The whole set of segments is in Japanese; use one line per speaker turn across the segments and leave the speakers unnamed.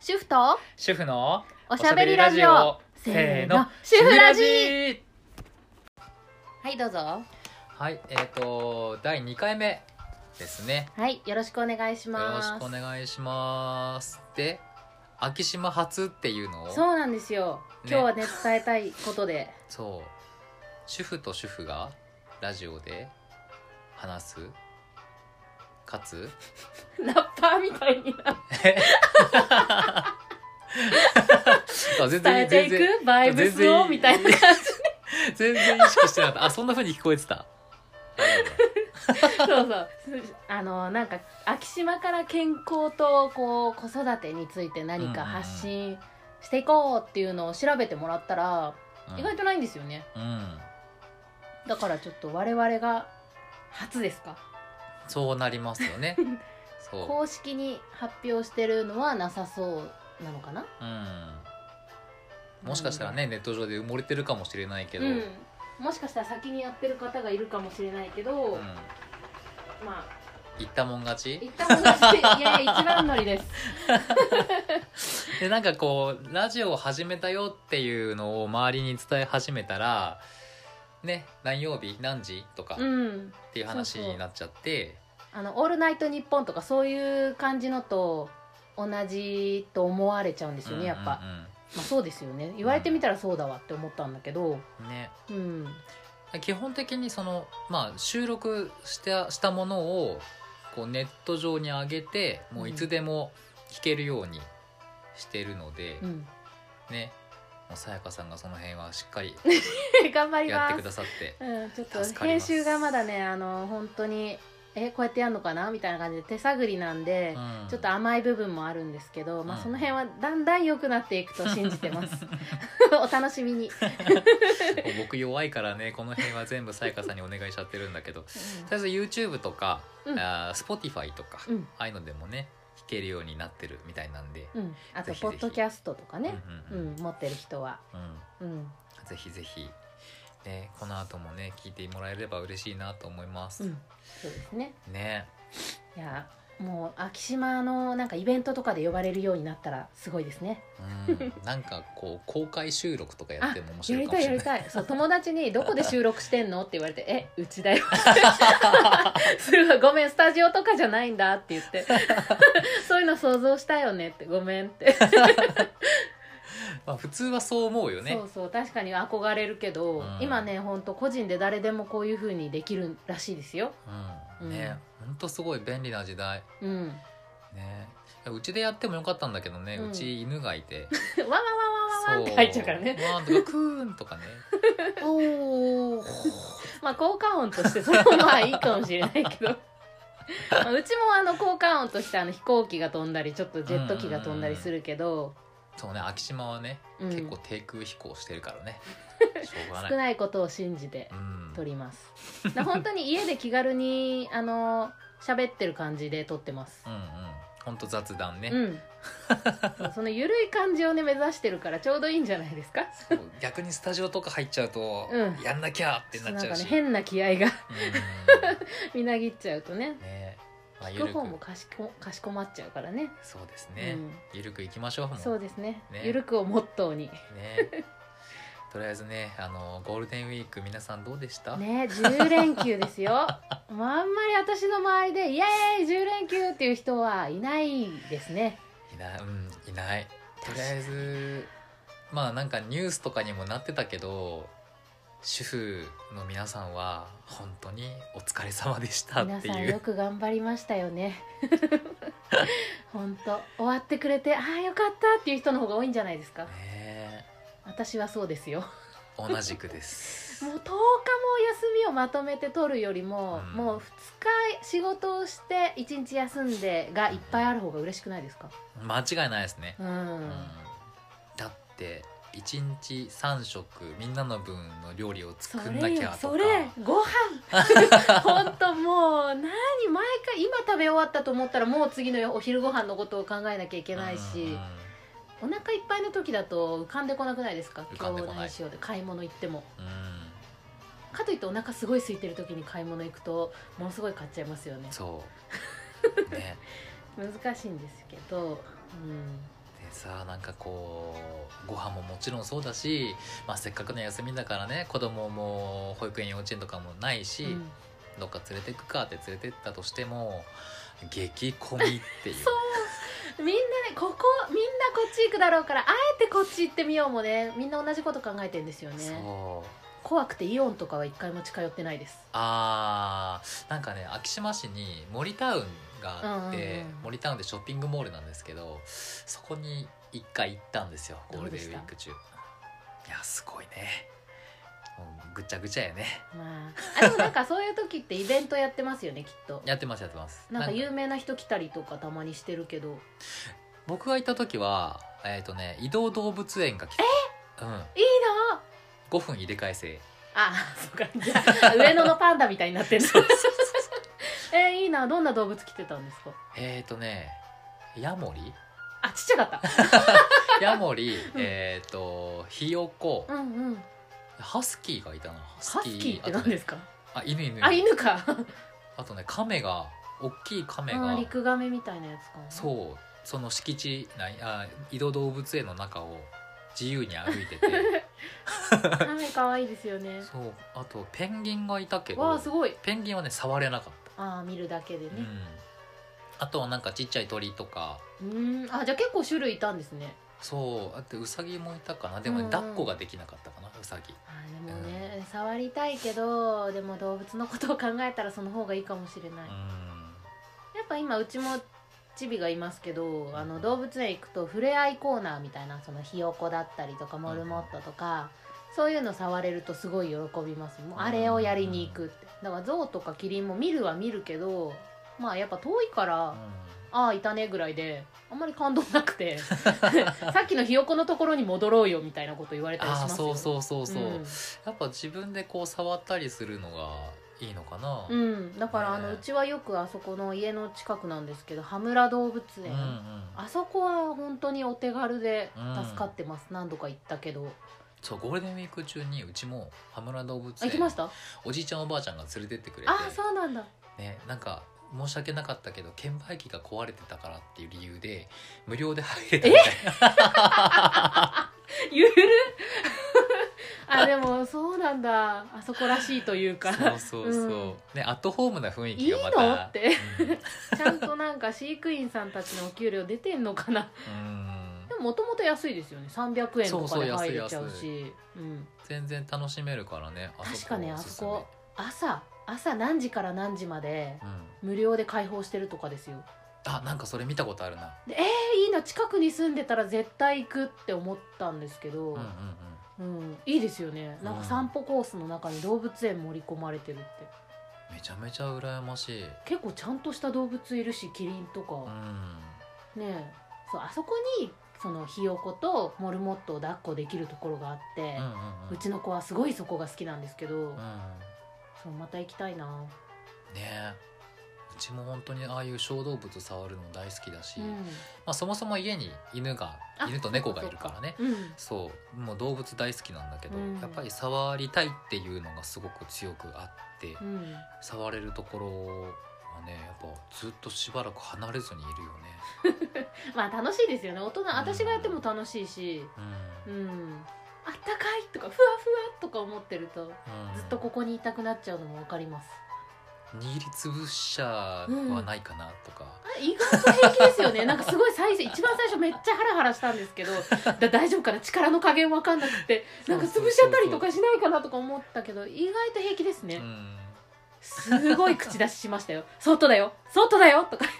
主婦と
主婦の
おしゃべりラジオ
せ
せ
ー
ー
の
の主婦ラ
主
ジ
婦ラジ
はいどうぞ
はいえっ、と第2回目ですね
はいよろしくお願いし
よろ
ます
しくお願いしますで昭島初っていうのをそう
そうなんですよ
ね
今日はね伝えたいことで
主婦と主婦がラジオで話すかつ
ラッパーみたいにな
あ全
伝えてい
全
くバイブスをみたいな感
然全然意識してなかったあそんな風に聞こえてた
じそうそうあのなんか昭島から健康とこう子育てについて何か発信していこうっていうのを調べてもらったら、
うん
意外とないんですよね
うん
だからちょっと我々が初ですか
そうなります よねそ
公式に発表してるのはなさそうなのかな
う、うん、もしかしたらねネット上で埋もれてるかもしれないけど、
うん、もしかしたら先にやってる方がいるかもしれないけど、
うん
まあ
言ったもん勝ち
一旦同じいやいや一番乗り です
でなんかこうラジオを始めたよっていうのを周りに伝え始めたらね何曜日何時とか
うん
っていう話になっちゃって、
あの「オールナイトニッポン」とかそういう感じのと同じと思われちゃうんですよねやっぱ、
うんうん
まあ、そうですよね言われてみたらそうだわって思ったんだけど
うんね
うん
基本的にその、まあ、収録したしたものをこうネット上に上げてもういつでも聞けるようにしてるので、
うん、
ねもうさやかさんがその辺はしっかり
頑張り
やっ
ます
てくださって
うん、ちょっ
助
と
かりま
編
す
集がまだねあの本当にえこうやってやるのかなみたいな感じで手探りなんで、
うん
ちょっと甘い部分もあるんですけど、ま
う
あ、
ん
その辺はだんだん良くなっていく と信じてますお楽しみに、
僕弱いからねこの辺は全部さやかさんにお願いしちゃってるんだけどとりあえず YouTube とか、
うん
あー Spotify とか、
うん
ああいうのでもね聞けるようになってるみたいなんで、
うんうん、あと
ぜひぜ
ポ
ひ
ッドキャストとかね、
う
うん
うん
ん持ってる人は、
うん
うん
ぜひぜひ、ね、この後もね聞いてもらえれば嬉しいなと思います、
うん、そうですね
ね
いやもう昭島のなんかイベントとかで呼ばれるようになったらすごいですね
うん、なんかこう公開収録とかやっても面
や
白い
り
かも
た
し
い
れ
や
な
り
い
たいそう友達に「どこで収録してんの?」って言われて「えうちだよ」 すごいごめんスタジオとかじゃないんだ」って言って そういうの想像したよねって「ごめん」って、
まあ普通はそう思うよね
そうそう確かに憧れるけど、
うん
今ねほんと個人で誰でもこういう風にできるらしいですよ
うん、ね、ほんとすごい便利な時代
うん
ねうちでやってもよかったんだけどね、う
うん
ち犬がいて
わわわわわわって入っちゃうからね
そうワンとかクーンと かねおお
まあ効果音としてそれもまあいいかもしれないけ どまあうちもあの効果音としてあの飛行機が飛んだりちょっとジェット機が飛んだりするけど、
そうね昭島はね、
うん
結構低空飛行してるか らねしょうがない
少ないことを信じて
うん、
撮ります、だ本当に家で気軽にあの喋ってる感じで撮ってます
うんうんほんと雑談ね、
うんそうそのゆるい感じをね目指してるからちょうどいいんじゃないですか
そう逆にスタジオとか入っちゃうと、
うん
やんなきゃってなっ
なん
ちゃ
か
う
ね
し
変な気合が
う
みなぎっちゃうとね
ん ねまあ、ゆ
聞く
るく
方もかしこかしこまっちゃうからね
そうですね、
うん
ゆるくいきましょうもう
そうですね
ね
ゆるくをモットーに
ねとりあえずねあのゴールデンウィーク皆さんどうでした、
ね10連休ですよまああんまり私の周りで「イエーイ10連休!」っていう人はいないですね
いない、うん、いないとりあえずまあなんかニュースとかにもなってたけど主婦の皆さんは本当にお疲れ様でした
皆
って
さん
い
よ
う
く頑張りましたよね 本当終わってくれてああよかったっていう人の方が多いんじゃないですか
ね
私はそうですよも
同じくで
う
す
10日も休みをまとめて取るよりも、
うん
もう2日仕事をして1日休んでがいっぱいある方が嬉しくないですか
間違いないですね、
う
うん
ん、
だって1日3食みんなの分の料理を
そ
作んな
れ
き
よ
ゃと
そ
か
れご飯 ほんともう何毎回今食べ終わったと思ったらもう次のお昼ご飯のことを考えなきゃいけないし、
うんうん
お腹いっぱいの時だと浮かんでこなくないですか
浮かん
今
で
日
こない
何しようで買い物行っても
うん
かといってお腹すごい空いてる時に買い物行くとものすごい買っちゃいますよね
そうね
難しいんですけど、うん、
でさあなんかこうご飯ももちろんそうだし、まあ、せっかくの休みだからね子供も保育園幼稚園とかもないし、
うん
どっか連れてくかって連れてったとしても激混みっ ていう
みんなねここみんなこっち行くだろうからあえてこっち行ってみようもねみんな同じこと考えてんですよね
そう
怖くてイオンとかは一回も近寄ってないです
あーなんかね昭島市に森タウンがあって、
うんうんうん
森タウンでショッピングモールなんですけどそこに一回行ったんですよゴールデンウィーク中いやすごいねもうぐちゃぐちゃやね
まああとなんかそういう時ってイベントやってますよねきっと
やってますやってます
なんか
なんか
有名な人来たりとかたまにしてるけど
僕が行った時はえっ、とね移動動物園が来たうん
いいな
5分入れ替え制
ああそうかじゃあ上野のパンダみたいになってる えーいいなどんな動物来てたんですか
えっ、とねヤモ リ
あちっちゃかっ
ヤモリ、えっ、とヒヨコ
たうんうん
ハスキーがいたなハ
ハスキーって何ですか
あ犬犬
あ犬か
あとね亀が大きい亀
あ
が
ーリクガメみたいなやつかな
そうその敷地内あ移動動物園の中を自由に歩いてて
カメ可愛いですよね
そうあとペンギンがいたけ
わあ
ど
すごい
ペンギンはね触れなかっ
ああ見るだけでね
た、うん、あとはなんかちっちゃい鳥とか
うーんあじゃあ結構種類いたんですね
そうあってウサギもいたかなでも、
う
ね
んうん
抱っこができなかったかなウサギ
あーでもね、触りたいけどでも動物のことを考えたらその方がいいかもしれない、
う
や
ん
っぱ今うちもチビがいますけどあの動物園行くと触れ合いコーナーみたいなそのひよこだったりとかモルモットとか、そういうの触れるとすごい喜びますもうあれをやりに行くってだから象とかキリンも見るは見るけどまあやっぱ遠いから、
うん
ああいたねぐらいであんまり感動なくて さっきのひよこのところに戻ろうよみたいなこと言われたりし
ああ
ますよ
そうそうそうそう、
うん
やっぱ自分でこう触ったりするのがいいのかな、
う、ん、だからあの、
ね
う
え
ちはよくあそこの家の近くなんですけど羽村動物園、
うんうん
あそこは本当にお手軽で
うん
助かってます、何度か行ったけど
そうゴールデンウィーク中にうちも羽村動物
あ
園
行きましたあ
おじいちゃんおばあちゃんが連れてってくれて
あそうなん だ
ね、なんか申し訳なかったけど券売機が壊れてたからっていう理由で無料で入れたみたい
ゆる あでもそうなんだあそこらしいというか
なそうそうそう、
うん
ねアットホームな雰囲気がま
いいの
た
ってちゃんとなんか飼育員さんたちのお給料出てんのかな
うんうん
でももともと安いですよね300円と
そう
か
そう
で
安い
入れちゃう
安
しうん、
全然楽しめるからねあ
確かね
お
あ
すす
そ
め
こ朝朝何時から何時まで
うん、
無料で開放してるとかですよ
あなんかそれ見たことあるな
でえー、いいな近くに住んでたら絶対行くって思ったんですけど
うん、うんうん
うんいいですよねなんか散歩コースの中に動物園盛り込まれてるって
めちゃめちゃ羨ましい、うん、
結構ちゃんとした動物いるしキリンとか、ねえそうあそこにそのひよことモルモットを抱っこできるところがあって
うんう、んうん
うちの子はすごいそこが好きなんですけど、
うん
そうまた行きたいな、
ねうちも本当にああいう小動物触るの大好きだし、
うん
まあ、そもそも家に犬が
あ
犬と猫がいるからね
うん
そうもう動物大好きなんだけど、
うん
やっぱり触りたいっていうのがすごく強くあって、
うん、
触れるところはねやっぱずっとしばらく離れずにいるよね。
まあ楽しいですよね大人私がやっても楽しいし、
う
うんん、あったかいとかふわふわとか思ってると
うん
ずっとここにいたくなっちゃうのも分かります
握りつぶしちゃはないかなとか、
あ意外と平気ですよ ねなんかすごい最初一番最初めっちゃハラハラしたんです けどだ大丈夫かな力の加減分かんなくてなんか潰しちゃったりとかしないかなとか思ったけど意外と平気ですね、
うん
すごい口出ししましたよ 外だよ外だよとか
そ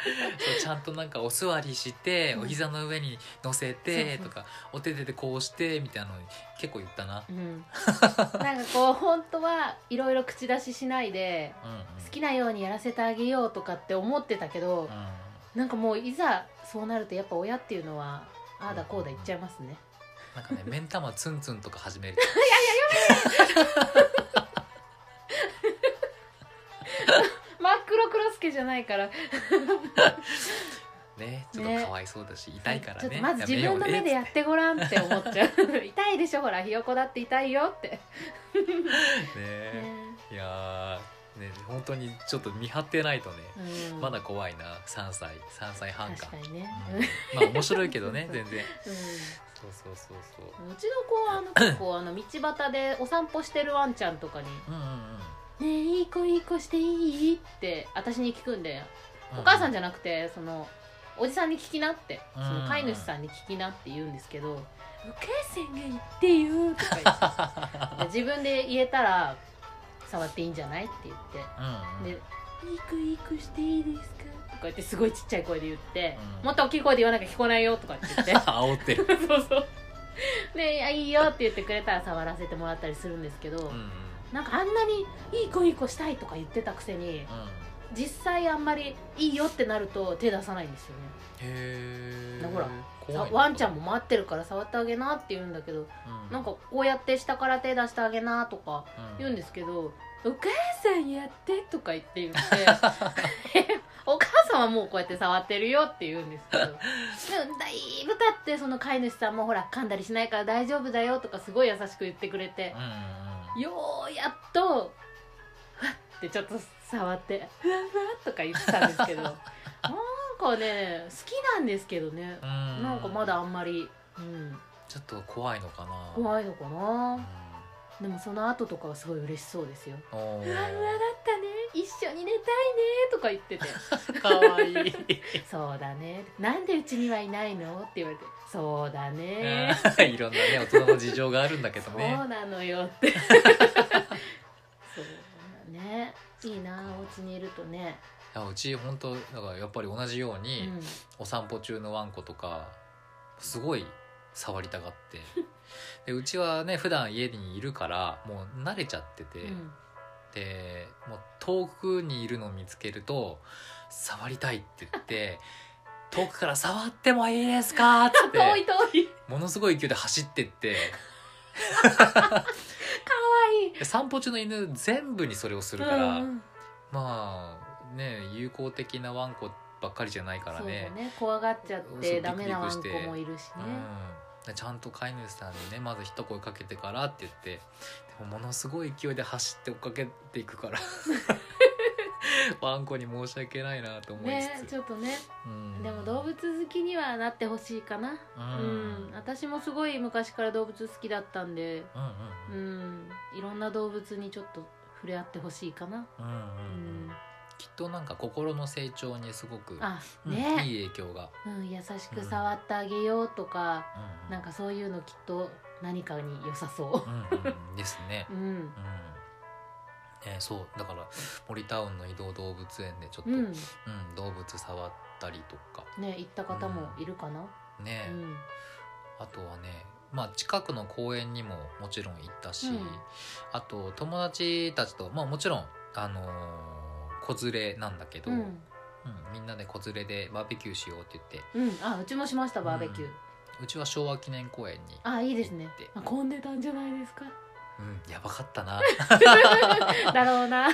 うちゃんとなんかお座りして
うん
お膝の上に乗せて
そうそ
と
う
かお手手でこうしてみたいなの結構言ったな、
うん、なんかこう本当はいろいろ口出ししないで
うんうん、
好きなようにやらせてあげようとかって思ってたけど
うん
なんかもういざそうなるとやっぱ親っていうのはああだこうだ言っちゃいますね
なんかね 目ん玉ツンツンとか始める
真っ黒クロスケじゃないから
ねちょっとかわいそうだし、痛いから
ちょっ
ね
とまず自分の目でや
っ
ってごらんって思っちゃう痛いでしょほらひよこだって痛いよって、
てね
ね
いやーね本当にちょっと見張ってないとね、
うん
まだ怖いな3歳3歳半か
確かにね、
うんまあ面白いけどね全然
う
そうそうそうそうん
うちの子はあの結構あの道端でお散歩してるワンちゃんとかに
うんうんうん
「ねえいい子いい子していい?」って私に聞くんでお母さんじ
ゃ
ゃなくてそのおじさんに聞きなってその飼い主さんに聞きなって言うんですけど「お母さんが言って言う」とか言ってで 自分で言えたら触っていいんじゃないって言って
うん
で
うん
「いい子いい子していいですか?」とか言ってすごいちっちゃい声で言って、
うん
もっと大きい声で言わなきゃ聞こえないよ」とかって言って
煽ってる
そうそうであ「いいよ」って言ってくれたら触らせてもらったりするんですけど、
うんうんうん
なんかあんなに「いい子いい子したい」とか言ってたくせに実際あんまり「いいよ」ってなると手出さないんですよね
へえ
ほら
怖い
ワンちゃんも待ってるから触ってあげなって言うんだけどなんかこうやって下から手出してあげなとか言うんですすけど「お母さんやって」とか言って言って お母さんはもうこうやって触ってるよって言うんですけどでもだいぶ経ってその飼い主さんもほら噛んだりしないから大丈夫だよとかすごい優しく言ってくれて
うんうんうん
ようやっとふわってちょっと触ってふわふわとか言ってたんですけどなんかね好きなんですけどね
うん
なんかまだあんまり、うん、
ちょっと怖いのかな
怖いのかな、
う
でもその後とかはすごい嬉しそうですよ
んお
うわうわだったね一緒に寝たいねとか言ってて
ーかわいい
そうだねなんでうちにはいないのって言われてそうだね
うん いろんなね大人の事情があるんだけど
そう
ね
なのよって そうだねいいなお家にいるとね、
いやうち本当だからやっぱり同じよう
う
に、
ん、
お散歩中のワンコとかすごい触りたがってでうちはね普段家にいるからもう慣れちゃってて、
うん
でもう遠くにいるのを見つけると「触りたい」って言 って「遠くから触ってもいいですか?」っつっ
遠い
て
遠い
ものすごい勢いで走ってって
かわいい
で散歩中の犬全部にそれをするから、まあね友好的なワンコばっかりじゃないから
そうだ
ね。
ね怖がっちゃっ
そ
て
う
ダメなワン
ビ
コ
クビクして
もいるしね、
うん、ちゃんと飼い主さんにねまず一声かけてからって言ってでもものすごい勢いで走って追っかけていく からワンコに申し訳ないなと思い
ね
つつ、
ちょっとね
うん
でも動物好きにはなってほしいかな
う
うんん、私もすごい昔から動物好きだったんで
うん
う
うん
んいろんな動物にちょっと触れ合ってほしいかな
うんうん
う
うん
ん
きっとなんか心の成長にすごく、
あ
うん
ね
いい影響が、
うん優しく触ってあげようとか
うんうん
なんかそういうのきっと何かに良さそ
うんうんうんですね
ううん
うんねそうだから森タウンの移動動物園でちょっと、
う
うん
ん
動物触ったりとか
ね行った方もいるかな
ね、
うん
あとはね、まあ、近くの公園にももちろん行ったし、
うん
あと友達たちと、まあ、もちろん、あのー子連れなんだけど、
う
うん
ん
みんなで子連れでバーベキューしようって言っ
う
て
んあうちもしましたバーベキュー
うんうちは昭和記念公園に、
あいいですね
行って
あ混んでたんじゃないですか
うん、やばかっ たな、
だろうな
う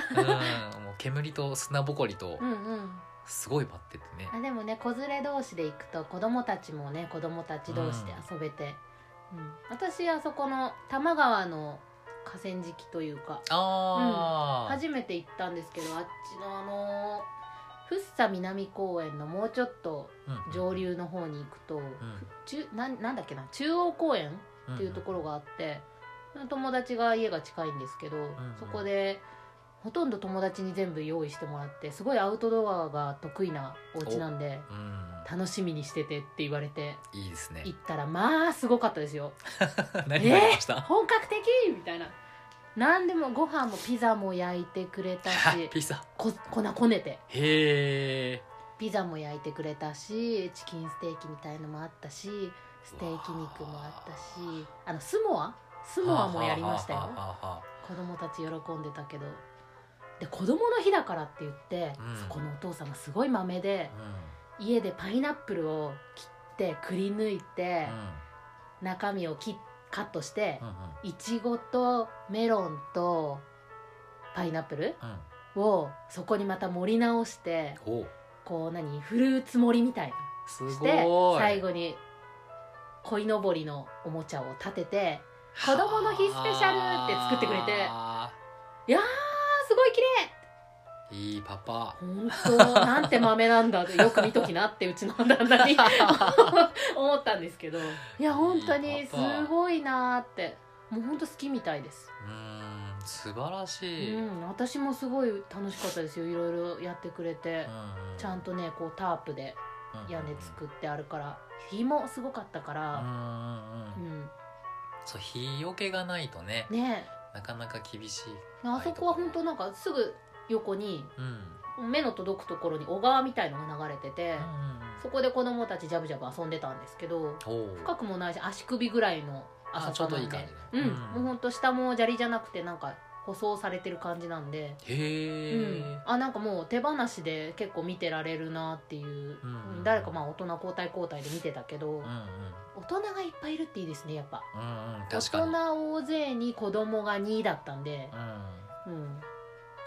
ん、もう煙と砂ぼこりと
うんうん
すごい待っててね、
あでもね子連れ同士で行くと子供たちもね子供たち同士で遊べて、うん私あそこの多摩川の河川敷というか
あー、
初めて行ったんですけどあっちのあの福生南公園のもうちょっと
うん
上流の方に行くと、
ん
中なんなんだっけな中央公園っていうところがあって、友達が家が近いんですけど、
ん
そこでほとんど友達に全部用意してもらってすごいアウトドアが得意なお家なんで
うん、うん
楽しみにしててって言われて
いいですね
行ったらまあすごかったですよ
何がありました、
本格的みたいな何でもご飯もピザも焼いてくれた し
ピザ
こ粉こねて
へえ
ピザも焼いてくれたしチキンステーキみたいのもあったしステーキ肉もあったしあのスモアスモアもやりましたよ
はあはあはあはあ
子供たち喜んでたけどで子供の日だからって言って、
うん
そこのお父さんがすごい豆で家でパイナップルを切ってくり抜いて、中身を切っカットして
うんうんうん
いちごとメロンとパイナップル
うん
をそこにまた盛り直して
お
こう何フルーツ盛りみたいな
すごい
して最後に鯉のぼりのおもちゃを立てて子供の日スペシャルって作ってくれて
はあ
いやーすごい綺麗
いいパパ
本当なんて豆なんだよく見ときなってうちの旦那 に思ったんですけどいや本当にすごいなーってもう本当好きみたいです、
うーん素晴ら
う
しい、うん
ん、私もすごい楽しかったですよいろいろやってくれて、ちゃんとねこうタープで屋根作ってあるから日もすごかったか
うん
ら、
うんう
うんん、
そう日よけがないとね
ね
なかなか厳しい、
えあそこは本当なんかすぐ横に
うん
目の届くところに小川みたいのが流れてて
うんうん
そこで子供たちジャブジャブ遊んでたんですけど
うん、おー
深くもないし足首ぐらいの
あ
浅
ちょ
さ
うど
ないん
い
で
感
う
じ
ん、
で、
もうほんと下も砂利じゃなくてなんか舗装されてる感じなんで、
へえ、
うん、あなんかもう手放しで結構見てられるなっていう、
うん
うん誰かまあ大人交代交代で見てたけど、
うんうん
大人がいっぱいいるっていいですねやっぱ
うんうん
大
確かに、
人大勢に子供が2だったんで、
うん、
うん、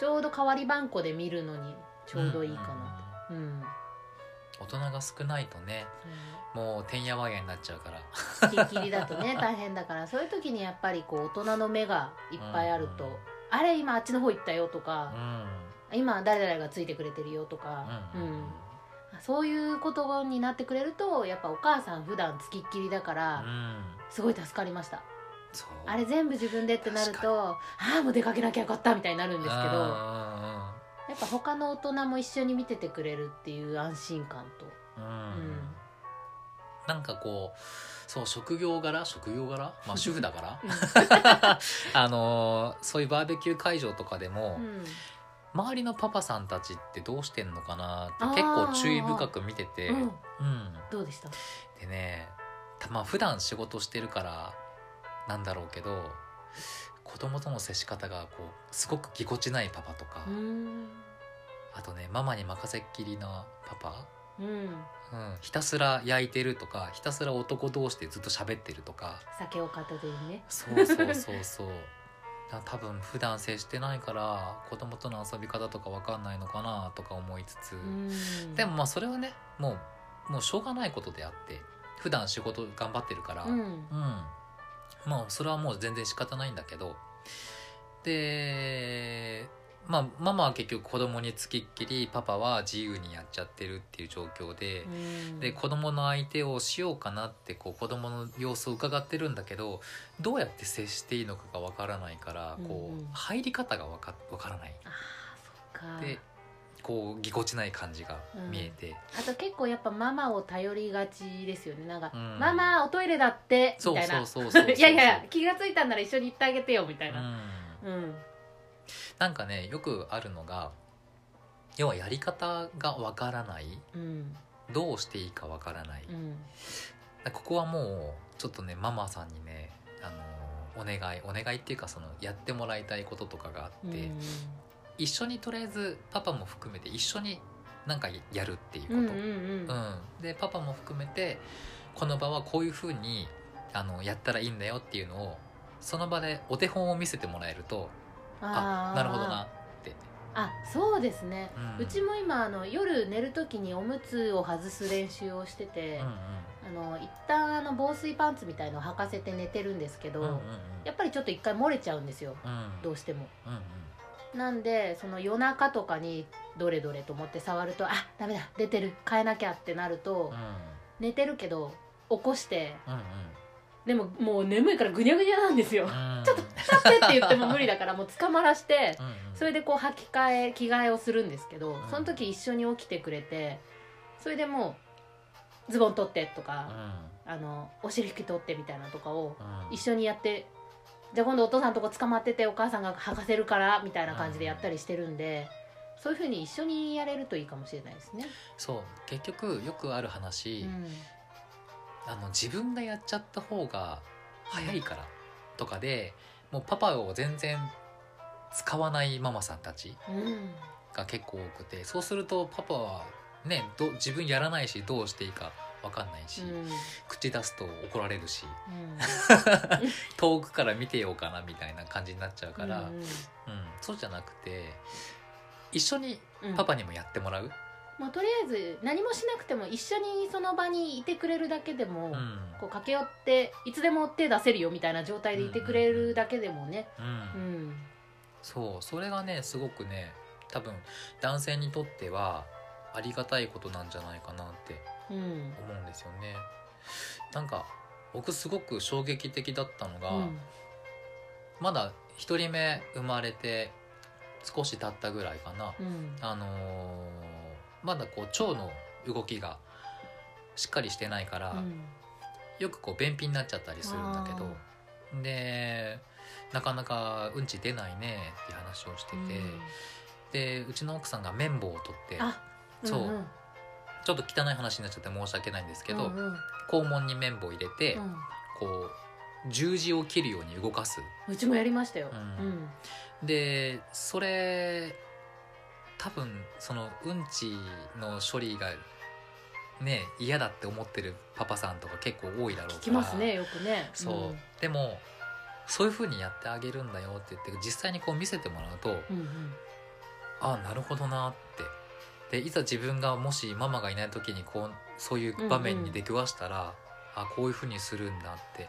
ちょうど代わり番こで見るのにちょうどいいかなうん、うん
うん、大人が少ないとねもうてんやわんやになっちゃうから
ひっきりだと ね大変だからそういう時にやっぱりこう大人の目がいっぱいあると、
うんうん
あれ今あっちの方行ったよとか
う、ん
今誰々がついてくれてるよとか、
うんうん
うんそういうことになってくれるとやっぱお母さん普段つきっきりだか
う
ら、
ん
すごい助かりました
そう
あれ全部自分でってなるとああもう出かけなきゃよかったみたいになるんですけど
ど
やっぱ他の大人も一緒に見ててくれるっていう安心感と
うん
うん
なんかこうそう職業柄職業柄まあ主婦だ からあのーそういうバーベキュー会場とかでも、
うん
周りのパパさんたちってどうしてんのかな
あー
って結構注意深く見てて、
うん
うん
どうでした
でねたまあ普段仕事してるからなんだろうけど子供との接し方がこうすごくぎこちないパパとか、
うーん
あとねママに任せっきりなパパ、
うん
うん、ひたすら焼いてるとかひたすら男同士でずっと喋ってるとか
酒を片手にね
そうそうそう そうだ多分普段接してないから子供との遊び方とかわかんないのかなとか思いつつ、
うん
でもまあそれはねもうもうしょうがないことであって普段仕事頑張ってるから、
うん
うん、まあそれはもう全然仕方ないんだけどでまあママは結局子供につきっきりパパは自由にやっちゃってるっていう状況で、
うん
で子供の相手をしようかなってこう子供の様子を伺ってるんだけどどうやって接していいのかがわからないからこ
うんうん
う入り方がわかわからない
あーそっか
でこうぎこちない感じが見えて、
あと結構やっぱママを頼りがちですよねなんか、
うん
ママおトイレだって」み
そう
たいな
そうそうそう そう
いやいや気がついたんなら一緒に行ってあげてよみた
う
いな、
ん
うん
なんかねよくあるのが要はやり方がわからない
うん
どうしていいかわからない、
うん
ここはもうちょっとねママさんにね、あのーお願いお願いっていうかそのやってもらいたいこととかがあ
う
って、
ん
一緒にとりあえずパパも含めて一緒になんかやるっていうこと、
うんうんうん
うんでパパも含めてこの場はこういうふうにあのやったらいいんだよっていうのをその場でお手本を見せてもらえるとあ
ー
なるほどなって。
あそうですね、
う
うんちも今あの夜寝る時におむつを外す練習をしてて、
うん
あの一旦あの防水パンツみたいのを履かせて寝てるんですけど、
うんうんうん
やっぱりちょっと一回漏れちゃうんですよ
うん
どうしても
うんうん
なんでその夜中とかにどれどれと思って触るとあダメだ出てる変えなきゃってなると、
う
寝てるけど起こして
んうん
でももう眠いからぐにゃぐにゃなんです よ
うんう ん
ちょっと立ってって言っても無理だからもう捕まらして
うんうん
それでこう履き替え着替えをするんですけど
ん
その時一緒に起きてくれてそれでもうズボン取ってと
う
か、
ん
あのお尻拭き取ってみたいなとかを
うん
一緒にやってじゃあ今度お父さんとこ捕まっててお母さんが履かせるからみたいな感じでやったりしてるんで、そういうふうに一緒にやれるといいかもしれないですね。
そう結局よくある話、
うん
あの自分がやっちゃった方が早いからとかでもうパパを全然使わないママさんたち
うん
が結構多くてそうするとパパはねど自分やらないしどうしていいか分かんないし、
うん
口出すと怒られるし
うん
遠くから見てようかなみたいな感じになっちゃうから、
うん
うん、そうじゃなくて一緒に
うん
パパにもやってもらう、
もうとりあえず何もしなくても一緒にその場にいてくれるだけでも、
うん
こう駆け寄っていつでも手出せるよみたいな状態でいてくれるだけでもね、
うん
うん
そうそれがねすごくね多分男性にとってはありがたいことなんじゃないかなって
うん
思うんですよね。なんか僕すごく衝撃的だったのが、
うん
まだ1人目生まれて少し経ったぐらいかな、
うん
あのーまだこう腸の動きがしっかりしてないから、
うん
よくこう便秘になっちゃったりするんだけどでなかなかうんち出ないねっていう話をしてて、でうちの奥さんが綿棒を取って
あうん
そうん
ん
ちょっと汚い話になっちゃって申し訳ないんですけど、
うんうん
肛門に綿棒を入れて、
うん
こう十字を切るように動かす
うちもやりましたよ、
う
うんん
でそれ多分そのうんちの処理がね嫌だって思ってるパパさんとか結構多いだろうから
聞きますねよくね
そう、でもそういう風にやってあげるんだよって言って実際にこう見せてもらうと、
うん、うん
ああなるほどなってでいざ自分がもしママがいない時にこうそういう場面に出くわしたら、あこういうふうにするんだって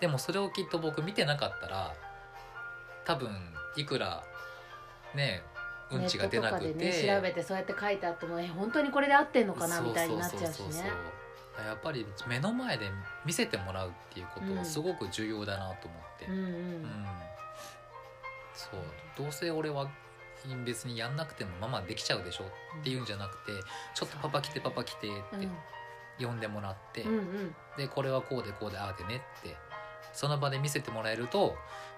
でもそれをきっと僕見てなかったら多分いくらね
う、
うんんちが出なくて、
ネットとかでね調べてそうやって書いてあってもえ本当にこれで合ってんのかなみたいになっちゃうし
そうそうそう
ね
そうやっぱり目の前で見せてもらうっていうこと
う
は
ん
すごく重要だなと思って、
うん
うんそうどうせ俺は別にやんなくてもママできちゃうでしょっていうんじゃなくてちょっとパパ来てパパ来てっ
うん
て呼んでもらって、
うんうん
でこれはこうでこうでああでねってその場で見せてもらえると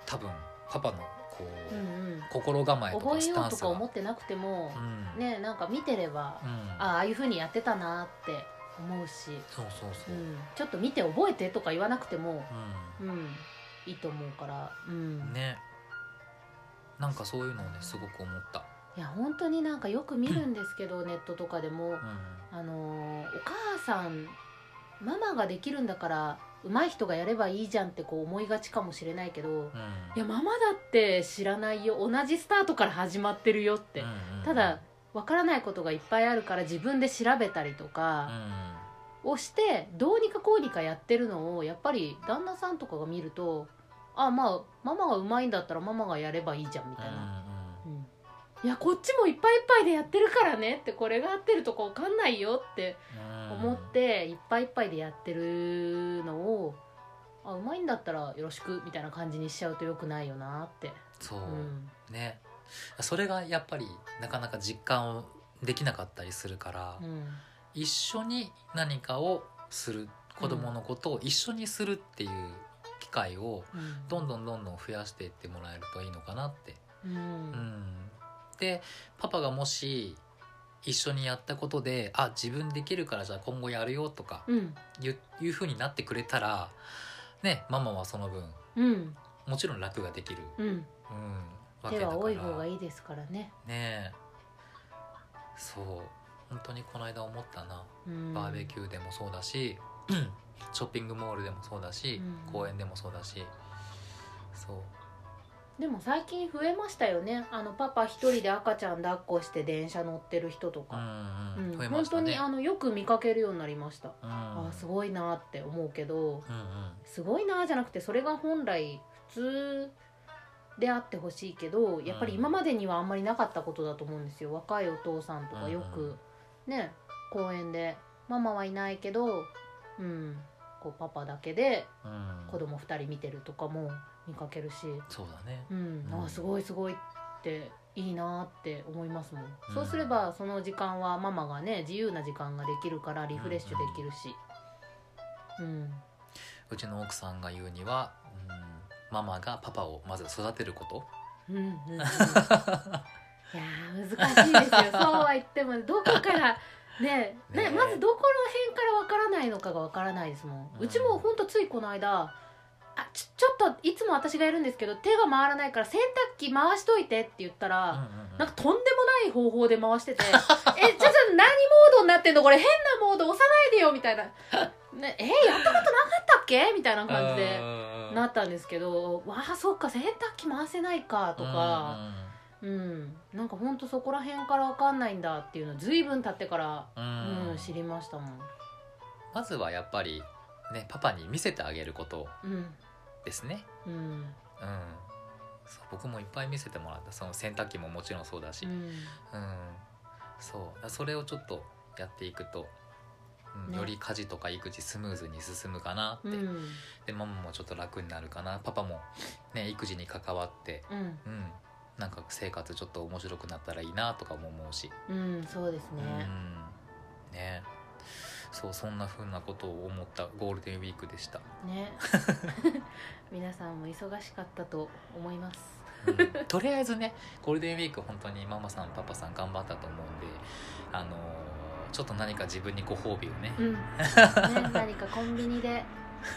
多分パパのこう、
うんうん
心構えと
覚
か
え
ス
よ
タ
う
ン
と
ス
か
が、
思ってなくても
う、ん
ねなんか見てれば
うん、
あああいうふうにやってたなって思うし、
そうそう
う
そう、うん
ん、ちょっと見て覚えてとか言わなくても、うん、いいと思うから、うん
ねなんかそういうのをねすごく思った、
いや本当になんかよく見るんですけどネットとかでも、
うん、
あのーお母さんママができるんだから上手い人がやればいいじゃんってこう思いがちかもしれないけど、
うん
いやママだって知らないよ同じスタートから始まってるよって、
うんうんうん
ただわからないことがいっぱいあるから自分で調べたりと
うん
かをしてどうにかこうにかやってるのをやっぱり旦那さんとかが見るとあまあママが上手いんだったらママがやればいいじゃんみたいな、
うんうん
うんいやこっちもいっぱいいっぱいでやってるからねってこれが合ってるとこわかんないよって思っていっぱいいっぱいでやってるのをあうまいんだったらよろしくみたいな感じにしちゃうとよくないよなって、
そう、
うん
ねそれがやっぱりなかなか実感をできなかったりするから、
うん
一緒に何かをする子供のことを一緒にするっていう機会を
うん
どんどんどんどん増やしていってもらえるといいのかなって。
うん
うん、でパパがもし一緒にやったことであ自分できるからじゃあ今後やるよとか
うん
いういうふうになってくれたらねママはその分
うん
もちろん楽ができる、
うん
うん、わけ
手
だから
は多い方がいいですからね、
ねえそう本当にこの間思ったな
うん、
バーベキューでもそうだし、 ショッピングモールでもそうだし、
うん
公園でもそうだしそう
でも最近増えましたよねあのパパ一人で赤ちゃん抱っこして電車乗ってる人と
うん
か、
うん、
うん
増えま
本
し
当
た
に
ね
あのよく見かけるようになりました、
うん
あすごいなって思うけど
うんうん
すごいなじゃなくてそれが本来普通であってほしいけどやっぱり今までにはあんまりなかったことだと思うんですよ若いお父さんとかよ
うんう
くね公園でママはいないけどうんこうパパだけで
うん
子供2人見てるとかも見かけるし
そうだね
うん
うん
あすごいすごいっていいなって思いますもん
うん
そうすればその時間はママがね自由な時間ができるからリフレッシュできるしうん
うちの奥さんが言うには、うん、ママがパパをまず育てること
うんうんうんいやー難しいですよそうは言ってもどこからね
ね
ねまずどこら辺からわからないのかがわからないですもん、
う
うんちもほんとついこの間あちょちょっといつも私がやるんですけど手が回らないから洗濯機回しといてって言ったら、なんかとんでもない方法で回してて「えちょっと何モードになってんのこれ変なモード押さないでよ」みたいな「ね、えやったことなかったっけ?」みたいな感じで。な
な
ったんですけどわあそっか洗濯機回せないかとかうん、なんかほんとそこら辺から分かんないんだっていうのずいぶん経ってから、
うん
う
うん
ん
うん
知りましたもん、
まずはやっぱりねパパに見せてあげること
うん
ですね
うん、
うんそう僕もいっぱい見せてもらったその洗濯機ももちろんそうだし、
う
うん
ん
そうそれをちょっとやっていくと、うん
ね
より家事とか育児スムーズに進むかなって、
うん
でママもちょっと楽になるかなパパも、ね、育児に関わって、
うん
うん、なんか生活ちょっと面白くなったらいいなとかも思うし、
うんそうですね
うんねそうそんなふうなことを思ったゴールデンウィークでした、
ね皆さんも忙しかったと思います
うんとりあえずねゴールデンウィーク本当にママさんパパさん頑張ったと思うんであのーちょっと何か自分にご褒美をね、
うん、ね、何かコンビニで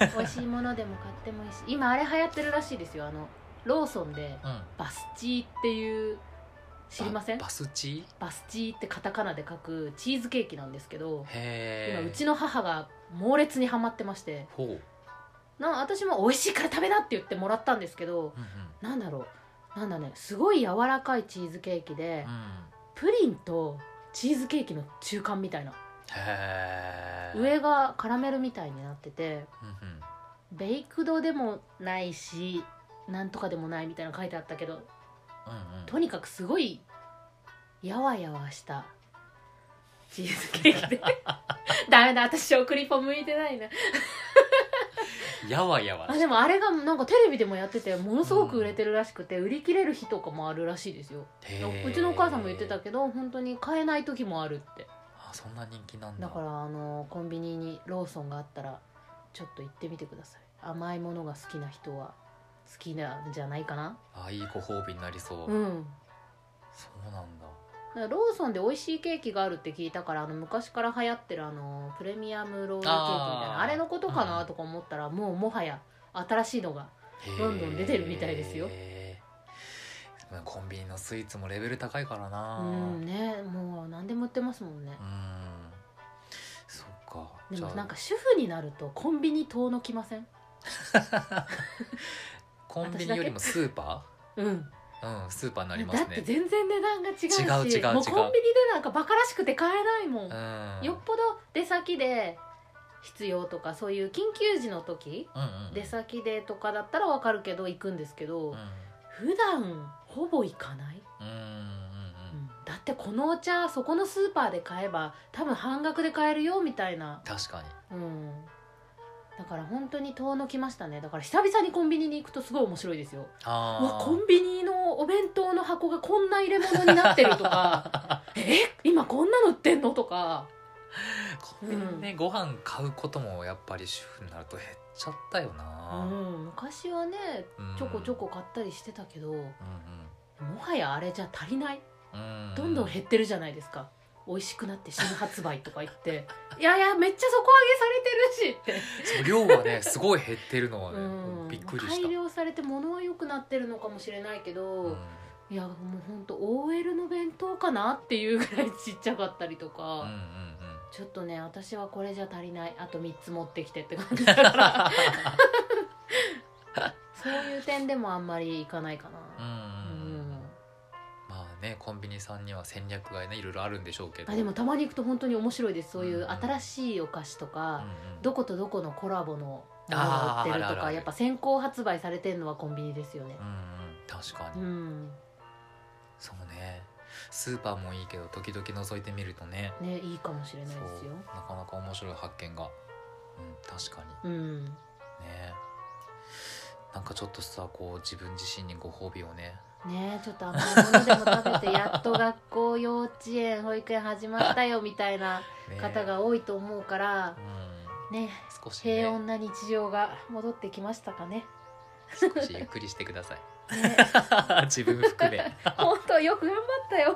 美味しいものでも買ってもいいし今あれ流行ってるらしいですよあのローソンで
うん
バスチーっていう知りません
ババスチ
バスチーってカタカナで書くチーズケーキなんですけど
ーへ
今
え
うちの母が猛烈にハマってまして
ほう、うんうん、
な私も美味しいから食べなって言ってもらったんですけどなんだろうなんだねすごい柔らかいチーズケーキで
うん
プリンとチーズケーキの中間みたいな
へえ
上がカラメルみたいになってて
うんうん
ベイクドでもないしなんとかでもないみたいなの書いてあったけど
うんうん
とにかくすごいやわやわしたチーズケーキで ダメだ私食リポ向いてないな
やわやわ
あでもあれがなんかテレビでもやっててものすごく売れてるらしくて、売り切れる日とかもあるらしいですよ
へー
うちのお母さんも言ってたけど本当に買えない時もあるって
あそんな人気なんだ
だからあのコンビニにローソンがあったらちょっと行ってみてください甘いものが好きな人は好きなんじゃないかな
あいいご褒美になりそう、
うん
そうなんだ
だからローソンで美味しいケーキがあるって聞いたからあの昔から流行ってるあのプレミアムロールケーキみたい
あ
な
ー
あれのことか
う
なんとか思ったら、もうもはや新しいのが
へー
どんどん出てるみたいですよ
まあコンビニのスイーツもレベル高いからな
うんねもう何でも売ってますもんね
うんそっか
でも
じゃあ
なんか主婦になるとコンビニ遠のきません
コンビニよりもスーパ
うん
ーうんスーパーになりま
だ
す
って
ね
全然値段が違うし
違う違う違う
もうコンビニでなんかバカらしくて買えないもん、
うん
よっぽど出先で必要とかそういう緊急時の時
うんうんうん
出先でとかだったらわかるけど行くんですけど、
うん
普段ほぼ行かない、
うんうんうん
だってこのお茶そこのスーパーで買えば多分半額で買えるよみたいな
確かに
うんだから本当に遠のきましたねだから久々にコンビニに行くとすごい面白いですようわ
あ
コンビニのお弁当の箱がこんな入れ物になってるとかえ今こんなの売ってんのとか
あコンビニね、ご飯買うこともやっぱり主婦になると減っちゃったよ
う
な、
ん昔はね
うん
ちょこちょこ買ったりしてたけども
う
はやあれじゃ足りない
んうんうん
どんどん減ってるじゃないですか美味しくなって新発売とか言って いやいやめっちゃ底上げされてるしって、
そう量はねすごい減ってるのはね、
うん、
びっくりした
改良されて物は良くなってるのかもしれないけど、
うん
いやもうほんと OL の弁当かなっていうぐらいちっちゃかったりとか、
うんうんうん
ちょっとね私はこれじゃ足りないあと3つ持ってきてって感 じだからそういう点でもあんまりいかないか
う
な、うん
んまあねコンビニさんには戦略がねいろいろあるんでしょうけど
あでもたまに行くと本当に面白いですそういう
うん
新しいお菓子とか、
うんうん
どことどこのコラボのものが売ってる
あーあ
と
るあ
か
る
やっぱ先行発売されてるのはコンビニですよね
う。んうん確か
う
に、
ん、
そうねスーパーもいいけど時々覗いてみるとね
ねいいかもしれない
そう
ですよ。
なかなか面白い発見が、うん、確か
うん、
にねなんかちょっとさこう自分自身にご褒美をね
ねちょっと甘いものでも食べてやっと学校幼稚園保育園始まったよみたいな
ね
方が多いと思うから
うん
ね
少し、ね、
平穏な日常が戻ってきましたかね。
少しゆっくりしてください
ね
自分含 め
本当よく頑張ったよ。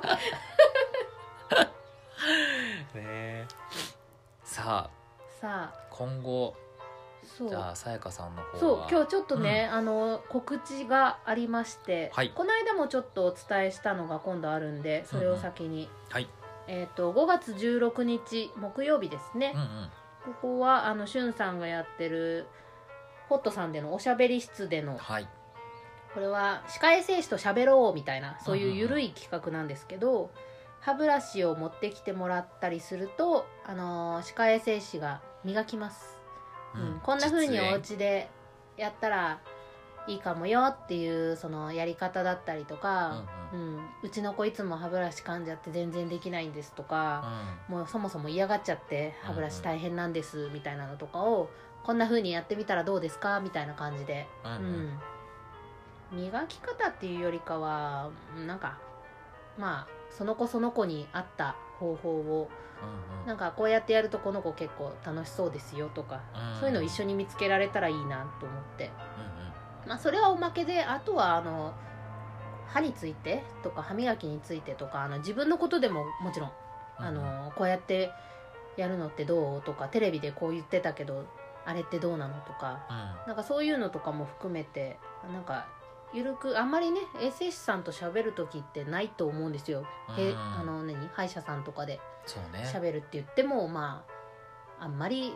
ねさ
さ
あ
あ
今後
そう
じゃあさやかさんの方は
そう今日ちょっとね、あの告知がありまして、
はい
この間もちょっとお伝えしたのが今度あるんでそれを先に、
はい
えー、と5月16日木曜日ですね
う、んうん
ここはあのしゅんさんがやってるホットさんでのおしゃべり室での
はい
これは歯科衛生士としゃべろうみたいなそういうゆるい企画なんですけど、歯ブラシを持ってきてもらったりすると、あのー歯科衛生士が磨きますうんこんな風にお
実演
家でやったらいいかもよっていうそのやり方だったりとか、
う
うんうちの子いつも歯ブラシ噛んじゃって全然できないんですとか、もうそもそも嫌がっちゃって歯ブラシ大変なんですみたいなのとかをこんな風にやってみたらどうですかみたいな感じで、
うん
う
うんうん
ん、磨き方っていうよりかはなんかまあその子その子に合った方法をなんかこうやってやるとこの子結構楽しそうですよとか、
うん
そういうのを一緒に見つけられたらいいなと思って
う
まあそれはおまけであとはあの歯についてとか歯磨きについてとかあの自分のことでももちろん、
んうん
あ
うん
のこうやってやるのってどうとかテレビでこう言ってたけどあれってどうなのとかなんかそういうのとかも含めてなんかゆるくあんまりね衛生士さんと喋る時ってないと思うんですよ、
うん
へ
うん
あの何歯医者さんとかで
そうね
喋るって言ってもまああんまり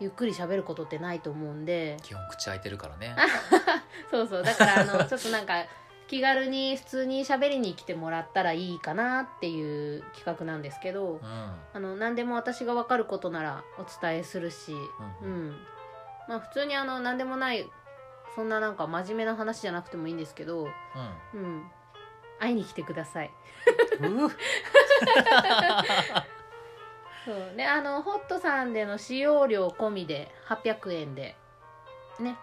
ゆっくり喋ることってないと思うんで
基本口開いてるからね
そうそうだからあの ちょっとなんか気軽に普通に喋りに来てもらったらいいかなっていう企画なんですけど
うん
あの何でも私が分かることならお伝えするし、
う
うんん、まあ普通にあの何でもないそんななんか真面目な話じゃなくてもいいんですけど、うん、会いに来てください。
うんうう
そうねあのホットさんでの使用料込みで800円で
ん800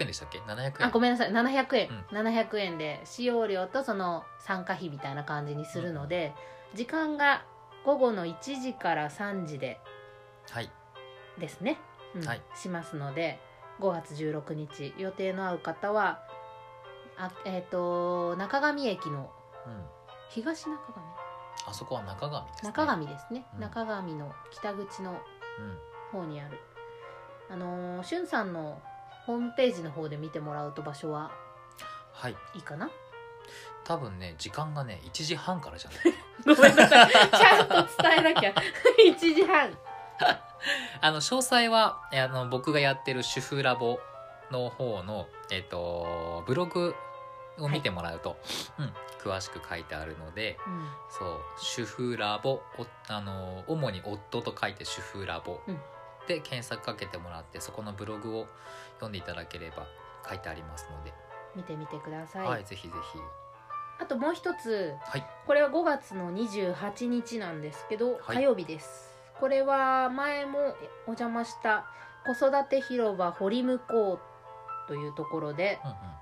円でしたっけ700円
あごめんなさい700円、
う
700円で使用料とその参加費みたいな感じにするので、時間が午後の1時から3時で
はい
ですね、うん
はい
しますので5月16日予定の合う方はあえっ、と中上駅の
うん
東中上
あそこは中神ですね
中上ですね、
うん
中上の北口の
うん
方にあるあのー、しゅんさんのホームページの方で見てもらうと場所は
はい
いいかな
多分ね時間がね1時半からじゃない
ごめんなさいちゃんと伝えなきゃ 1時半
あの詳細はえあの僕がやってる主婦ラボの方のえっ、とブログを見てもらうと、うん詳しく書いてあるのでそう主婦ラボおあの主に夫と書いて主婦ラボ、
うん
で検索かけてもらってそこのブログを読んでいただければ書いてありますので、
見てみてくださ、
はいい、ぜひぜひ
あともう一つ
はい
これは5月の28日なんですけど、
はい
火曜日ですこれは前もお邪魔した子育て広場堀向こうというところで、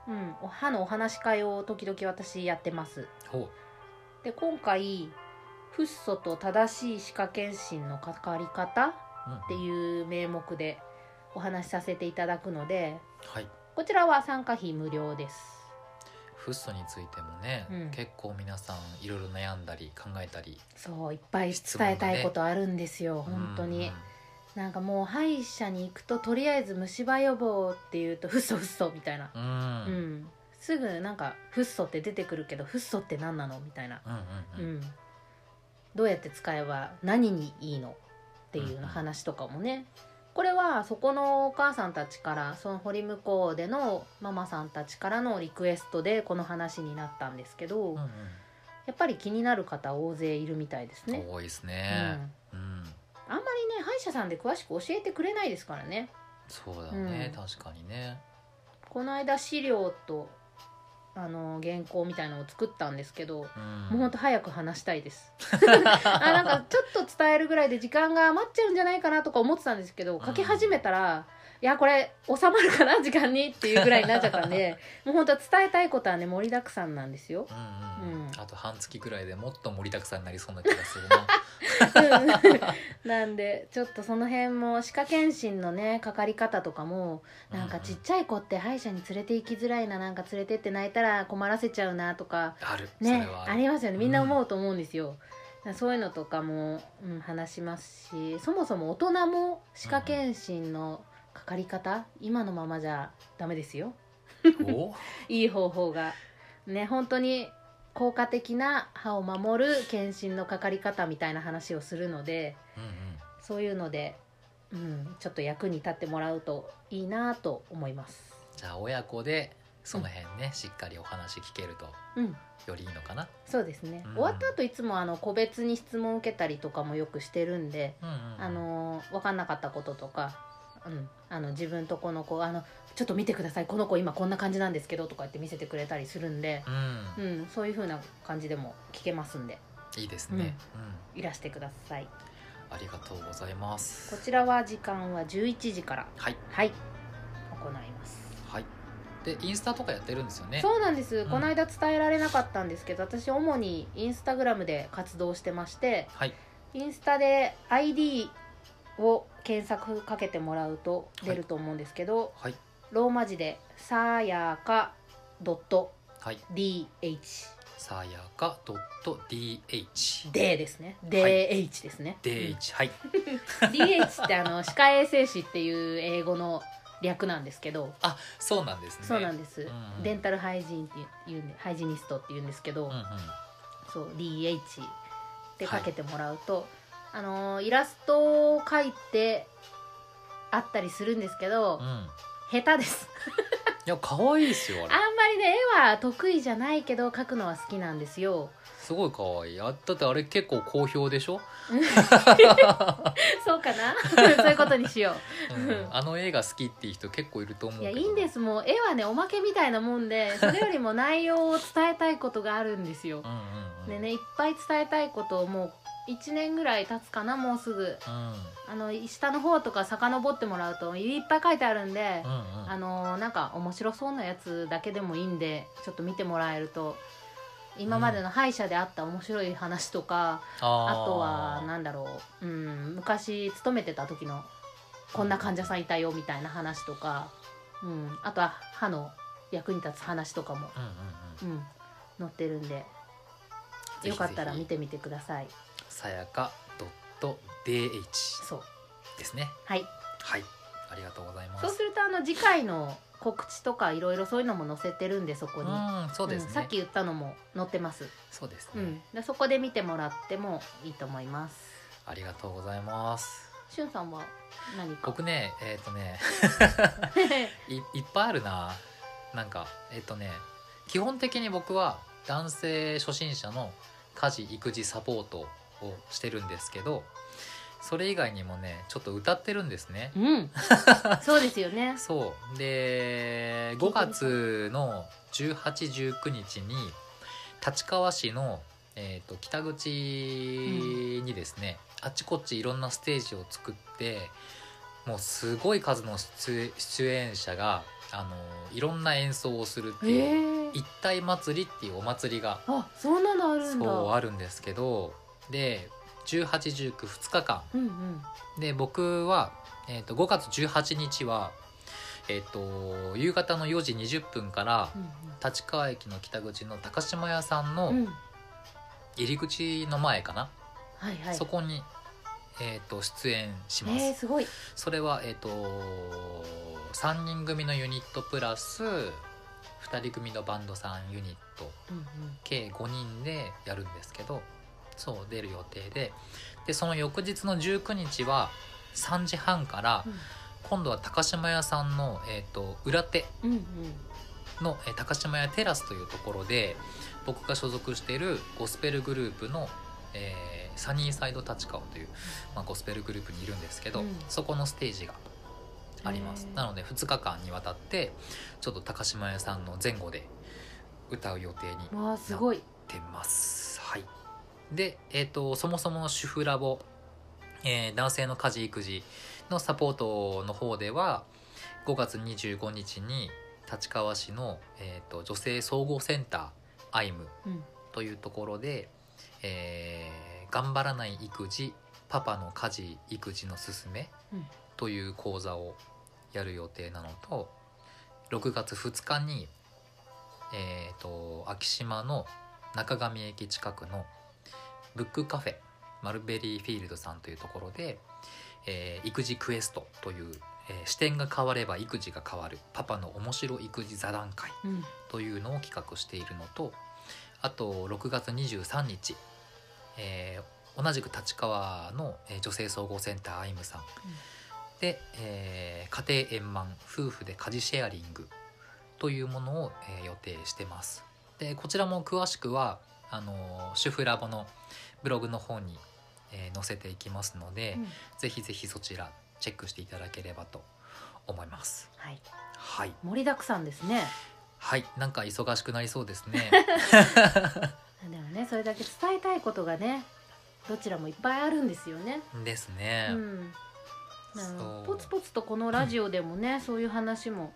うん
うん、お歯のお話し会を時々私やってます
うんほ
で今回「フッ素と正しい歯科検診のかかり方」
う、うんうん、
っていう名目でお話しさせていただくので
はい
こちらは参加費無料です
フッ素についてもね、
うん
結構皆さんいろいろ悩んだり考えたり
そういっぱい伝えたいことあるんですよ、本当
うんう
に
ん、
なんかもう歯医者に行くととりあえず虫歯予防っていうとフッ 素フッ素みたいな
う
うんん、
うん
すぐなんかフッ素って出てくるけどフッ素って何なのみたいな
うん
う
うん
ん、どうやって使えば何にいいのっていう
うんうん
の話とかもね、これはそこのお母さんたちからその堀向こうでのママさんたちからのリクエストでこの話になったんですけど、
うん
やっぱり気になる方大勢いるみたいです
うん
ね。
多いです
うん、
ね、
あ
うん
んまりね歯医者さんで詳しく教えてくれないですからね
そうだね、
う
確かにね
この間資料とあの原稿みたいのを作ったんですけど、
うん
もうほんと早く話したいですあなんかちょっと伝えるぐらいで時間が余っちゃうんじゃないかなとか思ってたんですけど
ん。
書き始めたら、いやこれ収まるかな時間にっていうぐらいになっちゃったんでもう本当は伝えたいことはね盛りだくさんなんですよ
うんうん
うん
あと半月ぐらいでもっと盛りだくさんになりそうな気がするな
うん なんでちょっとその辺も歯科検診のねかかり方とかも なんかちっちゃい子って歯医者に連れて行きづらいななんか連れてって泣いたら困らせちゃうなとか
あるそ
ね
れは
あ
る
りますよねみんな思うと思うんですよ、だからそういうのとかも、うん、話しますしそもそも大人も歯科検診のかかり方、今のままじゃダメですよ
お
いい方法がね本当に効果的な歯を守る検診のかかり方みたいな話をするので
うんうん
そういうので、うん、ちょっと役に立ってもらうといいなと思います
じゃあ親子でその辺ね、しっかりお話聞けると
うん
よりいいのかな
そうですね、
うん
終わった後いつもあの個別に質問を受けたりとかもよくしてるんで、
うんうんうん
あの分かんなかったこととかうん、あの自分とこの子あのちょっと見てくださいこの子今こんな感じなんですけどとか言って見せてくれたりするんで、
うん
うん、そういう風な感じでも聞けますんで
いいですね、うん
いらしてください
ありがとうございます
こちらは時間は11時から
はい
はい行います
はいでインスタとかやってるんですよね
そうなんです、
ん
この間伝えられなかったんですけど私主にインスタグラムで活動してまして
はい
インスタで ID を検索かけてもらうと出ると思うんですけど、
はい
ローマ字で「さやか .dh
はい」さやか .dh
でですね「
い
dh」ですね、
dh はい
DH ってあの歯科衛生士っていう英語の略なんですけど
あそうなんですね
そうなん
で
です、
うん
デンタルハイジーンっていうんでハイジニストって言うんですけど、
うんうん
そう DH ってかけてもらうと、あのーイラストを描いてあったりするんですけど、
うん
下手です
いや可愛いですよ
あん
あれ
まりね絵は得意じゃないけど描くのは好きなんです よ
すごい可愛いあだってあれ結構好評でしょ、
そうかな そういうことにしよ
うん、あの映画好きっていう人結構いると思
う
う
い
け
や
ど
いいんですもう絵はねおまけみたいなもんでそれよりも内容を伝えたいことがあるんですよ
うんうん、うん、
でねいっぱい伝えたいことをもう1年ぐらい経つかなもうすぐ
うんうん
あの下の方とか遡ってもらうといっぱい書いてあるんで、
うん
あのーなんか面白そうなやつだけでもいいんでちょっと見てもらえると今までの歯医者であった面白い話とか、あとはなんだろう、うん、昔勤めてた時のこんな患者さんいたよみたいな話とか、うん、あとは歯の役に立つ話とかも、
うんうんうん
うん、載ってるんで
ぜひぜひ
よかったら見てみてください
さやか .dh
そう
ですね
はい
はいありがとうございます
そうするとあの次回の告知とかいろいろそういうのも載せてるんでそこに、
うんそうですね、
んさっき言ったのも載ってます
そうです
う
ね、
ん、でそこで見てもらってもいいと思います。
ありがとうございます
しゅんさんは何か。
僕ねえっ、とねいいっぱいあるななんかえっ、とね基本的に僕は男性初心者の家事育児サポートをしてるんですけどそれ以外にもねちょっと歌ってるんですね
うん。そうですよね。
そう
聞
で
いてみ
5
た
月の1819日に立川市の、えー、と北口にですね、あっちこっちいろんなステージを作ってもうすごい数の出出演者があのいろんな演奏をするって
へ
いう、
え。
一体祭りっていうお祭りが
あ、そんなのあるんだ。
そうあるんですけどで1819日間
うんうん。
で僕は、えー、と5月18日は、えー、と夕方の4時20分から
うん
立川駅の北口の高島屋さんの
うん。うん。
入り口の前かな、
はいはい。
そこに、えー、と出演します、
えー、すごい。
それは、えー、と3人組のユニットプラス2人組のバンドさんユニット
うんうん。
計5人でやるんですけどそう出る予定ででその翌日の19日は3時半から
うん
今度は高島屋さんの、えー、と裏手
うん
の、えー高島屋テラスというところで僕が所属しているゴスペルグループの、えーサニーサイド立川という、まあ、ゴスペルグループにいるんですけど、
うん
そこのステージがあります
へー
なので2日間にわたってちょっと高島屋さんの前後で歌う予定に
うん。わあ、すごい。
ってます。はい、で、えーと、そもそもの主婦ラボ、えー男性の家事育児のサポートの方では5月25日に立川市の、えーと女性総合センターアイム
うん。
というところで、えー頑張らない育児パパの家事育児のすすめ
うん
という講座をやる予定なのと6月2日に、えー、と昭島の中上駅近くのブックカフェマルベリーフィールドさんというところで「えー育児クエスト」という、えー視点が変われば育児が変わるパパの面白育児座談会
うん。
というのを企画しているのとあと6月23日、えー同じく立川のえー女性総合センターアイムさん、で、えー家庭円満夫婦で家事シェアリングというものを、えー予定してますでこちらも詳しくはあのー主婦ラボのブログの方に、えー載せていきますので、
うん
ぜひぜひそちらチェックしていただければと思います
はい、
はい
盛りだくさんですね
はいなんか忙しくなりそうです ね
でもねそれだけ伝えたいことがねどちらもいっぱいあるんですよね、
ですね、
うんあの
そ
ポ
う
ツポツとこのラジオでもね、そういう話も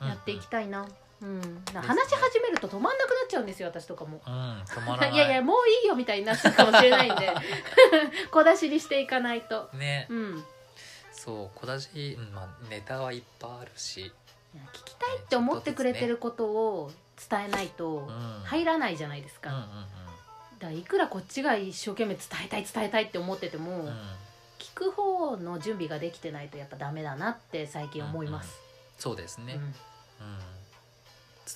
やっていきたいな、うんな話し始めると止まんなくなっちゃうんですよ私とかも。
うん、うん止まらない
いやいやもういいよみたいになっちゃうかもしれないんで 小出しにしていかないと、
ね、
うん、
そう小出し、うんまあ、ネタはいっぱいあるし、
聞きたいって思ってくれてることを伝えない
うん、
と入らないじゃないです
うんうん
か,、だからいくらこっちが一生懸命伝えたい伝えたいって思ってても、
うんうん
聞く方の準備ができてないとやっぱダメだなって最近思います、
そうです
うん
ね、うん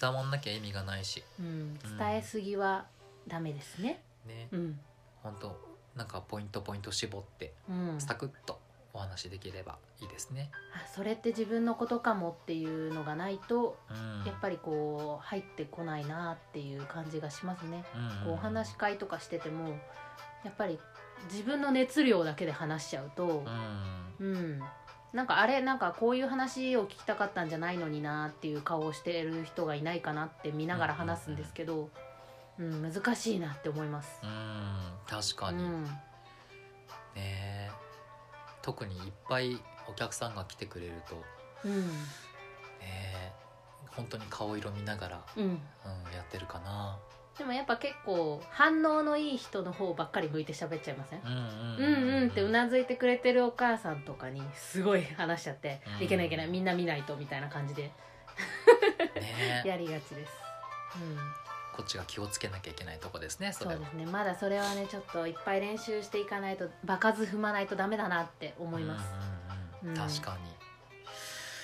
伝わんなきゃ意味がないし
うん伝えすぎはダメですね
ね、
うん、
本当なんかポイントポイント絞って
うん、
サクッとお話しできればいいですね、
あそれって自分のことかもっていうのがないと
うん、
やっぱりこう入ってこないなっていう感じがしますね
うんうんうん
こうお話し会とかしててもやっぱり自分の熱量だけで話しちゃうと
う、ん
うん、なんかあれなんかこういう話を聞きたかったんじゃないのになっていう顔をしてる人がいないかなって見ながら話すんですけど、うん、難しいなって思います。
うん確か
う
に、ね
ん、
え特にいっぱいお客さんが来てくれるとね
うん、
え本当に顔色見ながら、
うん、
うん、やってるかな
でもやっぱ結構反応のいい人の方ばっかり向いて喋っちゃいません
うん
うんうんってうなずいてくれてるお母さんとかにすごい話しちゃって、
うん
いけないいけないみんな見ないとみたいな感じで
ね
やりがちです、うん、
こっちが気をつけなきゃいけないとこですねそ
そ
れ
う
は
ですねまだそれはねちょっといっぱい練習していかないと場数踏まないとダメだなって思います、
うんうん
う
うん
ん
確かに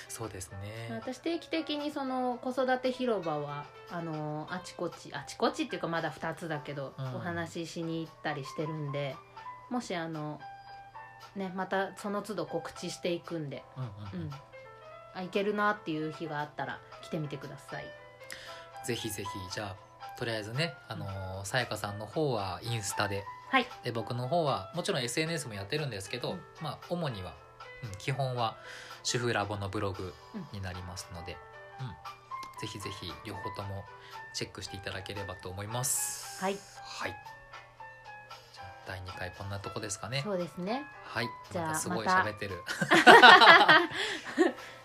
そうですね
私定期的にその子育て広場はあのあちこちあちこちっていうかまだ2つだけど、
うん
お話ししに行ったりしてるんでもしあのねまたその都度告知していくんで、
うん
う
うんうん
ん、あ行けるなっていう日があったら来てみてください
ぜひぜひじゃあとりあえずねあのーさやかさんの方はインスタで
はい
で僕の方はもちろん SNS もやってるんですけど、
うん
まあ主には、うん、基本は主婦ラボのブログになりますので、うんぜひぜひ両方ともチェックしていただければと思います
はい
はいじゃあ第2回こんなとこですかね
そうですね
はい
じ
ま
ゃあ
たすごい
また
喋ってる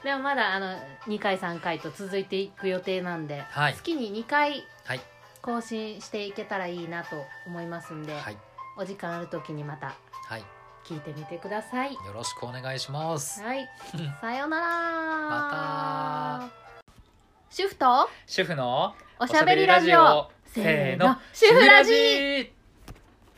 でもまだあの2回3回と続いていく予定なんで、
はい
月に2回
はい
更新していけたらいいなと思いますんで、
はい
お時間ある時にまた
はい
聞いてみてください。
よろしくお願いします
はい、さようなら。
ま
主婦と
主婦の
おしゃべりラジオ。せーの、主婦ラジ
ー